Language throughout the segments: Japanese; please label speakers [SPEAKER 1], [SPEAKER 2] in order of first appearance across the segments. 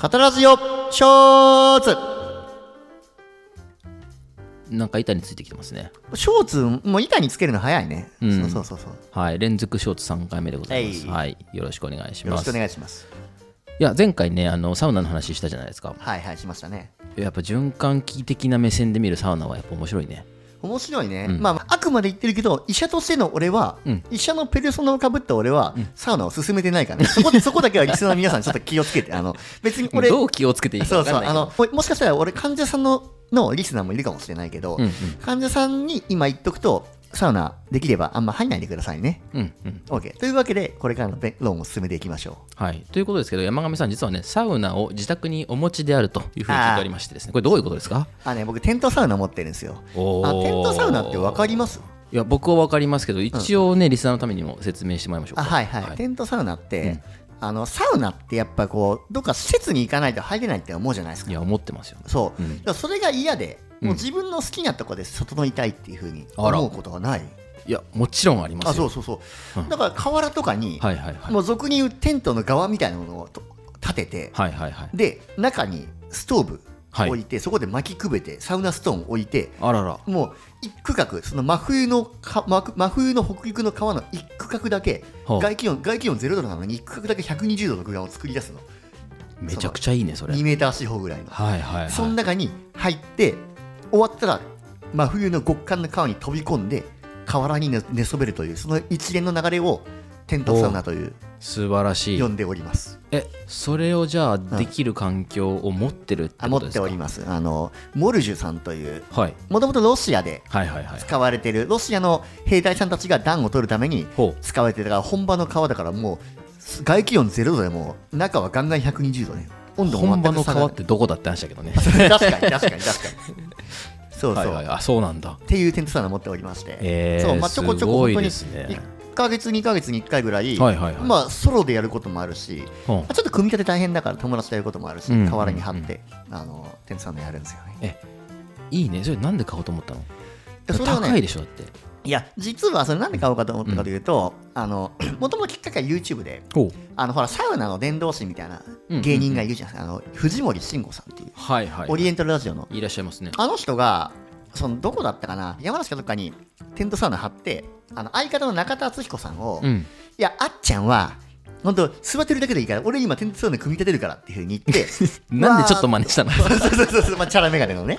[SPEAKER 1] 語らずよショーツ
[SPEAKER 2] なんか板についてきてますね
[SPEAKER 1] ショーツもう板につけるの早いね、
[SPEAKER 2] うん
[SPEAKER 1] そうそうそうそう
[SPEAKER 2] はい連続ショーツ3回目でございます、
[SPEAKER 1] は
[SPEAKER 2] はい、よろしくお願いし
[SPEAKER 1] よろ
[SPEAKER 2] ま
[SPEAKER 1] しく
[SPEAKER 2] す
[SPEAKER 1] お願いします
[SPEAKER 2] いや前回ねあのサウナの話したじゃないですか
[SPEAKER 1] はいはいしましたね
[SPEAKER 2] やっぱ循環器的な目線で見るサウナはやっぱ面白いね
[SPEAKER 1] 面白いね、
[SPEAKER 2] うん
[SPEAKER 1] まああくまで言ってるけど医者としての俺は、
[SPEAKER 2] うん
[SPEAKER 1] 医者のペルソナをかぶった俺は、サウナを勧めてないからね そこでそこだけはリスナーの皆さんちょっと気をつけてあの別に俺
[SPEAKER 2] どう気をつけていいか
[SPEAKER 1] そう
[SPEAKER 2] 分
[SPEAKER 1] そう
[SPEAKER 2] かんない
[SPEAKER 1] あ
[SPEAKER 2] けど
[SPEAKER 1] のももしかしたら俺患者さんののリスナーもいるかもしれないけど、
[SPEAKER 2] うんうん
[SPEAKER 1] 患者さんに今言っとくとサウナできればあんま入んないでくださいね
[SPEAKER 2] うんうん、
[SPEAKER 1] OK というわけでこれからの弁論を進めていきましょ
[SPEAKER 2] はい、ということですけど山上さん実はねサウナを自宅にお持ちであるというふうに聞いておりましてですねこれどういうことですか
[SPEAKER 1] うあね僕テントサウナ持ってるんですよ
[SPEAKER 2] お
[SPEAKER 1] あ
[SPEAKER 2] ー
[SPEAKER 1] テントサウナって分かります
[SPEAKER 2] いや僕は分かりますけど一応ね、リスナーのためにも説明してもらいましょうか
[SPEAKER 1] あはいはい、テントサウナって、あのサウナってやっぱこうどっか施設に行かないと入れないって思うじゃないです
[SPEAKER 2] い
[SPEAKER 1] か
[SPEAKER 2] や思ってますよ
[SPEAKER 1] そう、
[SPEAKER 2] うん
[SPEAKER 1] だからそれが嫌で
[SPEAKER 2] うん
[SPEAKER 1] もう自分の好きなとこで整いたいっていうふうに
[SPEAKER 2] あら
[SPEAKER 1] 思うことはない、
[SPEAKER 2] いやもちろんありますよ
[SPEAKER 1] あそうそうそう、
[SPEAKER 2] うん
[SPEAKER 1] だから河原とかに、
[SPEAKER 2] はいはいはい
[SPEAKER 1] もう俗に言うテントの側みたいなものをと立てて、
[SPEAKER 2] はいはいはい
[SPEAKER 1] で中にストーブ
[SPEAKER 2] はい
[SPEAKER 1] 置いて、そこで巻きくべてサウナストーン置いて
[SPEAKER 2] あらら
[SPEAKER 1] もう一区画その真冬のか真真冬の北陸の川の一区画だけ
[SPEAKER 2] ほう
[SPEAKER 1] 外気温外気温0度なのに一区画だけ120度の空間を作り出すの
[SPEAKER 2] めちゃくちゃいいねそれ
[SPEAKER 1] 2メーター四方ぐらいの、
[SPEAKER 2] はいはいはい
[SPEAKER 1] その中に入って終わったら真冬の極寒の川に飛び込んで河原に寝寝そべるというその一連の流れをテントサウナという
[SPEAKER 2] 素晴らしい
[SPEAKER 1] 呼んでおります
[SPEAKER 2] えそれをじゃあできる環境を持ってるって
[SPEAKER 1] あ
[SPEAKER 2] こ
[SPEAKER 1] 持
[SPEAKER 2] と
[SPEAKER 1] っ
[SPEAKER 2] です
[SPEAKER 1] て
[SPEAKER 2] か
[SPEAKER 1] おりますあのモルジュさんという
[SPEAKER 2] はい
[SPEAKER 1] もともとロシアで
[SPEAKER 2] はいはいはい
[SPEAKER 1] 使われてるロシアの兵隊さんたちが暖を取るために
[SPEAKER 2] ほう
[SPEAKER 1] 使われてたから本場の川だからもう外気温0度でもう中はガンガン120度ね温度も
[SPEAKER 2] 本
[SPEAKER 1] 全
[SPEAKER 2] 場
[SPEAKER 1] く
[SPEAKER 2] の
[SPEAKER 1] 下がら
[SPEAKER 2] 川っ
[SPEAKER 1] な
[SPEAKER 2] てどこだって 話だけどね
[SPEAKER 1] い確かに確かに確かに そうそう、
[SPEAKER 2] はいはいあそうなんだ
[SPEAKER 1] っていうテントサウナ持っておりまして、
[SPEAKER 2] えー
[SPEAKER 1] そうまあ、ちょこちょこ
[SPEAKER 2] す
[SPEAKER 1] 本
[SPEAKER 2] ご
[SPEAKER 1] 当
[SPEAKER 2] い
[SPEAKER 1] に
[SPEAKER 2] ですね
[SPEAKER 1] 1か月2か月に1回ぐらい、
[SPEAKER 2] はいはいはい
[SPEAKER 1] まあ、ソロでやることもあるし、
[SPEAKER 2] うん
[SPEAKER 1] まあちょっと組み立て大変だから友達とやることもあるし、
[SPEAKER 2] うん
[SPEAKER 1] 河原に張って、あのテントサウナやるんですよね
[SPEAKER 2] いいねそれなんで買おうと思ったの
[SPEAKER 1] でそれはね
[SPEAKER 2] 高いでしょだって
[SPEAKER 1] いや実はそれなんで買おうかと思ったかというと もともときっかけは YouTube で
[SPEAKER 2] ほう
[SPEAKER 1] あのほらサウナの伝道師みたいな
[SPEAKER 2] うん
[SPEAKER 1] 芸人がいるじゃないですか、あの藤森慎吾さんっていう、
[SPEAKER 2] はいはい
[SPEAKER 1] オリエンタルラジオの
[SPEAKER 2] いらっしゃいますね
[SPEAKER 1] あの人がそのどこだったかな山梨かどっかにテントサウナ張ってあの相方の中田敦彦さんを、
[SPEAKER 2] う
[SPEAKER 1] い
[SPEAKER 2] ん
[SPEAKER 1] やあっちゃんは本当座ってるだけでいいから俺今テントサウナ組み立てるからっていうふうに言って
[SPEAKER 2] なんでちょっと真似したの
[SPEAKER 1] そうそうそうそう、まあ、チャラメガネのね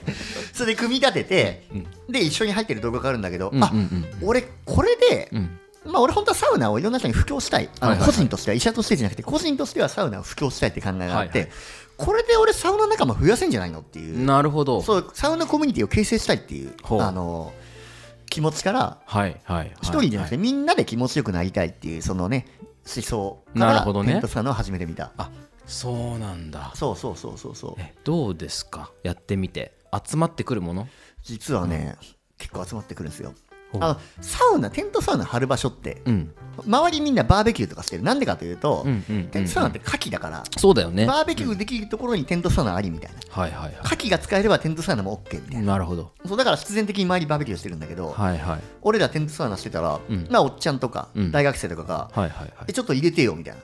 [SPEAKER 1] それで組み立てて、で一緒に入ってる動画があるんだけど、
[SPEAKER 2] うん
[SPEAKER 1] あ
[SPEAKER 2] うん
[SPEAKER 1] 俺これで、
[SPEAKER 2] うんうん
[SPEAKER 1] まあ、俺本当はサウナをいろんな人に布教したい、あの
[SPEAKER 2] はいはいはい
[SPEAKER 1] 個人としては医者としてじゃなくて個人としてはサウナを布教したいって考えがあって、
[SPEAKER 2] はいは
[SPEAKER 1] これで俺サウナ仲間増やせんじゃないのっていう
[SPEAKER 2] なるほど
[SPEAKER 1] そうサウナコミュニティを形成したいっていう
[SPEAKER 2] ほう
[SPEAKER 1] あの気持ちから
[SPEAKER 2] はいはいはい
[SPEAKER 1] 一人じゃなくてみんなで気持ちよくなりたいっていうそのね思想か
[SPEAKER 2] なる
[SPEAKER 1] ら
[SPEAKER 2] ほどね
[SPEAKER 1] テントサウナを始めてみた
[SPEAKER 2] あそうなんだ
[SPEAKER 1] そうそうそうそうそう
[SPEAKER 2] えどうですかやってみて集まってくるもの
[SPEAKER 1] 実はね結構集まってくるんですよ
[SPEAKER 2] ほう
[SPEAKER 1] あのサウナテントサウナ張る場所って
[SPEAKER 2] うん
[SPEAKER 1] 周りみんなバーベキューとかしてるなんでかというと
[SPEAKER 2] うんうんうんうん
[SPEAKER 1] テントサウナって牡蠣だから
[SPEAKER 2] そうだよね
[SPEAKER 1] バーベキューできるところにテントサウナありみたいな
[SPEAKER 2] はいはいは
[SPEAKER 1] 牡蠣が使えればテントサウナも OK みたい
[SPEAKER 2] い
[SPEAKER 1] な
[SPEAKER 2] なるほど
[SPEAKER 1] そうだから必然的に周りバーベキューしてるんだけど
[SPEAKER 2] はいはい
[SPEAKER 1] 俺らテントサウナしてたら、
[SPEAKER 2] うん
[SPEAKER 1] まあおっちゃんとか
[SPEAKER 2] うん
[SPEAKER 1] 大学生とかが、
[SPEAKER 2] はいはいは
[SPEAKER 1] えちょっと入れてよみたいない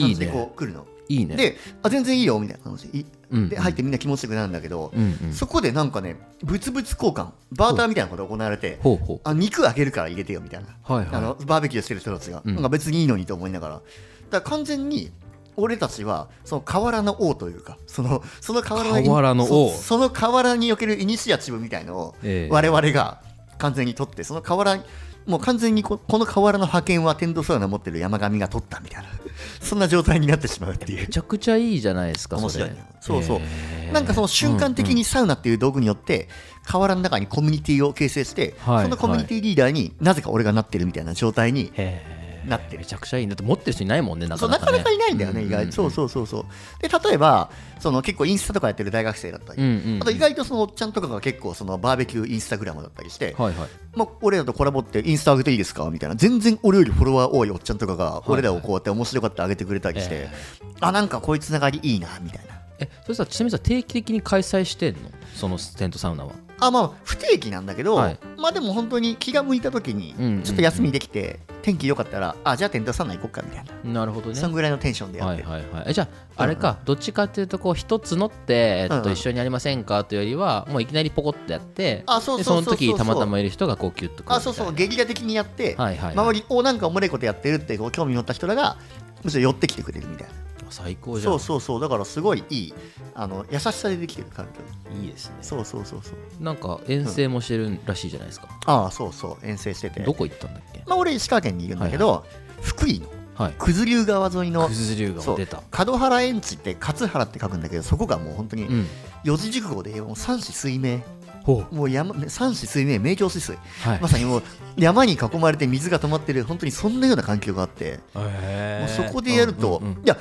[SPEAKER 1] 感
[SPEAKER 2] いい
[SPEAKER 1] じで
[SPEAKER 2] ね
[SPEAKER 1] こう来るの、
[SPEAKER 2] いいね
[SPEAKER 1] であ全然いいよみたいな感じでい
[SPEAKER 2] うん
[SPEAKER 1] で入ってみんな気持ちよくなるんだけど、
[SPEAKER 2] うんうん
[SPEAKER 1] そこでなんかね物々交換バーターみたいなことが行われて
[SPEAKER 2] ほうほ
[SPEAKER 1] あ肉あげるから入れてよみたいな、
[SPEAKER 2] うはい
[SPEAKER 1] あ
[SPEAKER 2] は
[SPEAKER 1] のバーベキューしてる人たちが、
[SPEAKER 2] うん
[SPEAKER 1] なんか別にいいのにと思いながらだから完全に俺たちはその河原の王というかそのその河原
[SPEAKER 2] 河原の王
[SPEAKER 1] そその河原におけるイニシアチブみたいのを
[SPEAKER 2] ええ
[SPEAKER 1] 我々が完全に取ってその河原もう完全にここの河原の派遣は天童サウナ持ってる山上が取ったみたいな そんな状態になってしまうってい
[SPEAKER 2] いうめちゃくちゃいいじゃないですか
[SPEAKER 1] 面白い
[SPEAKER 2] それ
[SPEAKER 1] ねそうそう
[SPEAKER 2] へー
[SPEAKER 1] なんかその瞬間的にサウナっていう道具によって河原の中にコミュニティを形成して
[SPEAKER 2] はい
[SPEAKER 1] そのコミュニティリーダーになぜか俺がなってるみたいな状態に
[SPEAKER 2] へー
[SPEAKER 1] なってる
[SPEAKER 2] めちゃくちゃいいねだって持ってる人いないもんねな
[SPEAKER 1] そ
[SPEAKER 2] か
[SPEAKER 1] うな
[SPEAKER 2] なか
[SPEAKER 1] か
[SPEAKER 2] ね
[SPEAKER 1] なかいないんだよね、
[SPEAKER 2] う
[SPEAKER 1] 意
[SPEAKER 2] んうんう
[SPEAKER 1] 外
[SPEAKER 2] ん
[SPEAKER 1] そうそうそうそうで例えばその結構インスタとかやってる大学生だったり、
[SPEAKER 2] うんうんうん
[SPEAKER 1] あと意外とそのおっちゃんとかが結構そのバーベキューインスタグラムだったりして、
[SPEAKER 2] はいはい
[SPEAKER 1] まあ、俺らとコラボってインスタ上げていいですかみたいな全然俺よりフォロワー多いおっちゃんとかが
[SPEAKER 2] い
[SPEAKER 1] 俺らをこうやって面白かった上げてくれたりして、
[SPEAKER 2] え
[SPEAKER 1] あなんかこういうつながりいいなみたいな
[SPEAKER 2] えそれさちなみにさ定期的に開催してんのそのテントサウナは
[SPEAKER 1] あまあ不定期なんだけど、
[SPEAKER 2] はい
[SPEAKER 1] まあでも本当に気が向いた時に
[SPEAKER 2] うんうんうん
[SPEAKER 1] ちょっと休みできて、天気良かったらあじゃあテントサウナ行こうかみたいな、
[SPEAKER 2] なるほどね
[SPEAKER 1] そんぐらいのテンションでや
[SPEAKER 2] は
[SPEAKER 1] っ
[SPEAKER 2] い
[SPEAKER 1] てる、
[SPEAKER 2] はいはいえじゃああれか、どっちかっていうとこう一つのって、えっ
[SPEAKER 1] うんう
[SPEAKER 2] と、
[SPEAKER 1] ん
[SPEAKER 2] 一緒にやりませんかというよりはもういきなりポコッとやって
[SPEAKER 1] あそう
[SPEAKER 2] で
[SPEAKER 1] そ
[SPEAKER 2] そうの
[SPEAKER 1] そうそう
[SPEAKER 2] 時たまたまいる人がこうキュッとくるみたいな
[SPEAKER 1] あそうそうゲリラ的にやって、
[SPEAKER 2] はいはい、
[SPEAKER 1] 周りおなんかおもれいことやってるってこう興味持った人らがむしろ寄ってきてくれるみたいな
[SPEAKER 2] 最高じゃん
[SPEAKER 1] そうそうそうだからすごいいいあの優しさでできてる環境
[SPEAKER 2] いいですね
[SPEAKER 1] そうそうそうそう
[SPEAKER 2] なんか遠征もしてるらしいじゃないですか、
[SPEAKER 1] ああそうそう遠征してて
[SPEAKER 2] どこ行ったんだっけ、
[SPEAKER 1] まあ俺石川県にいるんだけど、福井の
[SPEAKER 2] はい
[SPEAKER 1] 九頭竜川沿いの
[SPEAKER 2] クズ流が出た
[SPEAKER 1] 角原園地って勝原って書くんだけどそこがもう本当
[SPEAKER 2] う
[SPEAKER 1] に
[SPEAKER 2] ん
[SPEAKER 1] 四字熟語でもう三子水明
[SPEAKER 2] ほう
[SPEAKER 1] もう山三子水明明鏡水水
[SPEAKER 2] はい
[SPEAKER 1] まさにもう山に囲まれて水が止まってる本当にそんなような環境があって
[SPEAKER 2] へ
[SPEAKER 1] もう
[SPEAKER 2] ー
[SPEAKER 1] そこでやると、
[SPEAKER 2] うんうんうん
[SPEAKER 1] いや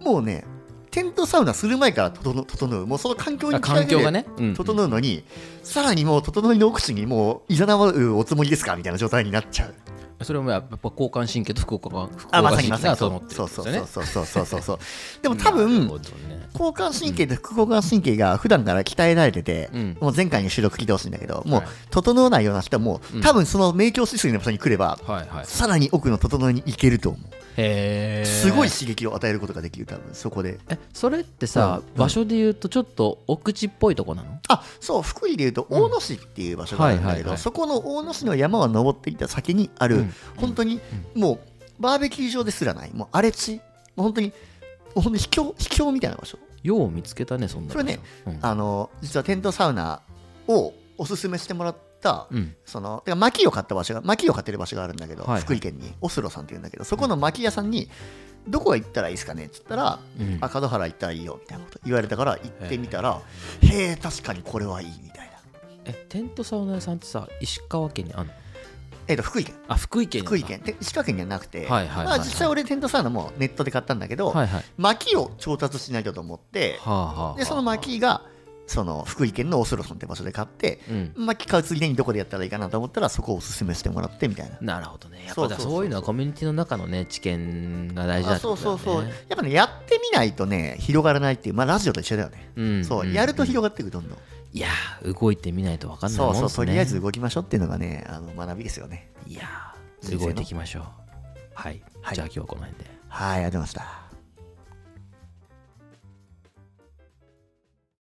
[SPEAKER 1] もうねテントサウナする前から整う整うもうその環境に
[SPEAKER 2] あ環境がね、うんうん
[SPEAKER 1] 整うのに、さらにもう整いの奥地にもういざなうおつもりですかみたいな状態になっちゃう
[SPEAKER 2] それもやっぱ交感神経と副交感副
[SPEAKER 1] あ
[SPEAKER 2] 交
[SPEAKER 1] まさ
[SPEAKER 2] 感神
[SPEAKER 1] にま
[SPEAKER 2] 経
[SPEAKER 1] さ
[SPEAKER 2] が
[SPEAKER 1] にそ
[SPEAKER 2] 整
[SPEAKER 1] うそうそ
[SPEAKER 2] ってるんですよ
[SPEAKER 1] う
[SPEAKER 2] ね
[SPEAKER 1] そうそうそうそうそうでも
[SPEAKER 2] うん
[SPEAKER 1] 多分
[SPEAKER 2] なるほどね
[SPEAKER 1] 交感神経と副交感神経が普段から鍛えられてて、
[SPEAKER 2] うん
[SPEAKER 1] もう前回の収録聞いてほしいんだけどもう
[SPEAKER 2] はい
[SPEAKER 1] 整わないような人も、
[SPEAKER 2] うん
[SPEAKER 1] 多分その明鏡止水の場所に来れば、
[SPEAKER 2] はいはい
[SPEAKER 1] さらに奥の整いに行けると思う、
[SPEAKER 2] へー
[SPEAKER 1] すごい刺激を与えることができる多分そこで
[SPEAKER 2] えそれってさ、
[SPEAKER 1] うん
[SPEAKER 2] 場所で言うとちょっと奥地っぽいとこなの
[SPEAKER 1] あそう福井でいうと大野市っていう場所があるんだ
[SPEAKER 2] はい
[SPEAKER 1] け
[SPEAKER 2] はいは
[SPEAKER 1] ど
[SPEAKER 2] い
[SPEAKER 1] そこの大野市の山を登っていった先にある、
[SPEAKER 2] うん
[SPEAKER 1] 本当にもうバーベキュー場ですらないもう荒れ地もう本当にもう本当に秘境秘境みたいな場所
[SPEAKER 2] よう見つけたねそんな場所
[SPEAKER 1] それね
[SPEAKER 2] うん
[SPEAKER 1] あの実はテントサウナをおすすめしてもらった、
[SPEAKER 2] うん
[SPEAKER 1] そのてか薪を買った場所が薪を買ってる場所があるんだけど、
[SPEAKER 2] はいはい
[SPEAKER 1] 福井県にオスロさんっていうんだけどそこの薪屋さんにどこ行ったらいいですかねっつったら、
[SPEAKER 2] うん
[SPEAKER 1] あ角原行ったらいいよみたいなこと言われたから行ってみたらへえ確かにこれはいいみたいな
[SPEAKER 2] えテントサウナ屋さんってさ石川県にあんの
[SPEAKER 1] えっ、と福井県
[SPEAKER 2] あ福井県なん
[SPEAKER 1] 福
[SPEAKER 2] だ
[SPEAKER 1] 井県で石川県にはなくて、
[SPEAKER 2] はいはいはいはい
[SPEAKER 1] まあ、実際俺テントサウナもネットで買ったんだけど、
[SPEAKER 2] はいはいは
[SPEAKER 1] 薪を調達しないとと思って
[SPEAKER 2] あ、はあはあ
[SPEAKER 1] でその薪がその福井県のオスロソンって場所で買って
[SPEAKER 2] うん
[SPEAKER 1] 薪買うついでにどこでやったらいいかなと思ったらそこをおすすめしてもらってみたいな。
[SPEAKER 2] なるほどねやっぱ
[SPEAKER 1] そうそ
[SPEAKER 2] だ
[SPEAKER 1] うそう
[SPEAKER 2] そういうのはコミュニティの中のね知見が大事
[SPEAKER 1] あ
[SPEAKER 2] だって
[SPEAKER 1] そ
[SPEAKER 2] こ
[SPEAKER 1] うそ
[SPEAKER 2] と
[SPEAKER 1] う
[SPEAKER 2] だ
[SPEAKER 1] そ
[SPEAKER 2] よ
[SPEAKER 1] う
[SPEAKER 2] ね
[SPEAKER 1] やっぱねやってみないとね広がらないっていうまあラジオと一緒だよね、
[SPEAKER 2] うん
[SPEAKER 1] そう、
[SPEAKER 2] ん
[SPEAKER 1] やると広がっていくどんどん、
[SPEAKER 2] いやー動いてみないと分かんない
[SPEAKER 1] そ
[SPEAKER 2] もん
[SPEAKER 1] う
[SPEAKER 2] です
[SPEAKER 1] そ
[SPEAKER 2] ね
[SPEAKER 1] うとりあえず動きましょうっていうのがねあの学びですよね
[SPEAKER 2] いや
[SPEAKER 1] 人生
[SPEAKER 2] ー
[SPEAKER 1] の
[SPEAKER 2] 動いていきましょうはい、
[SPEAKER 1] はい
[SPEAKER 2] じゃあ今日はこの辺で
[SPEAKER 1] はいありがとうございました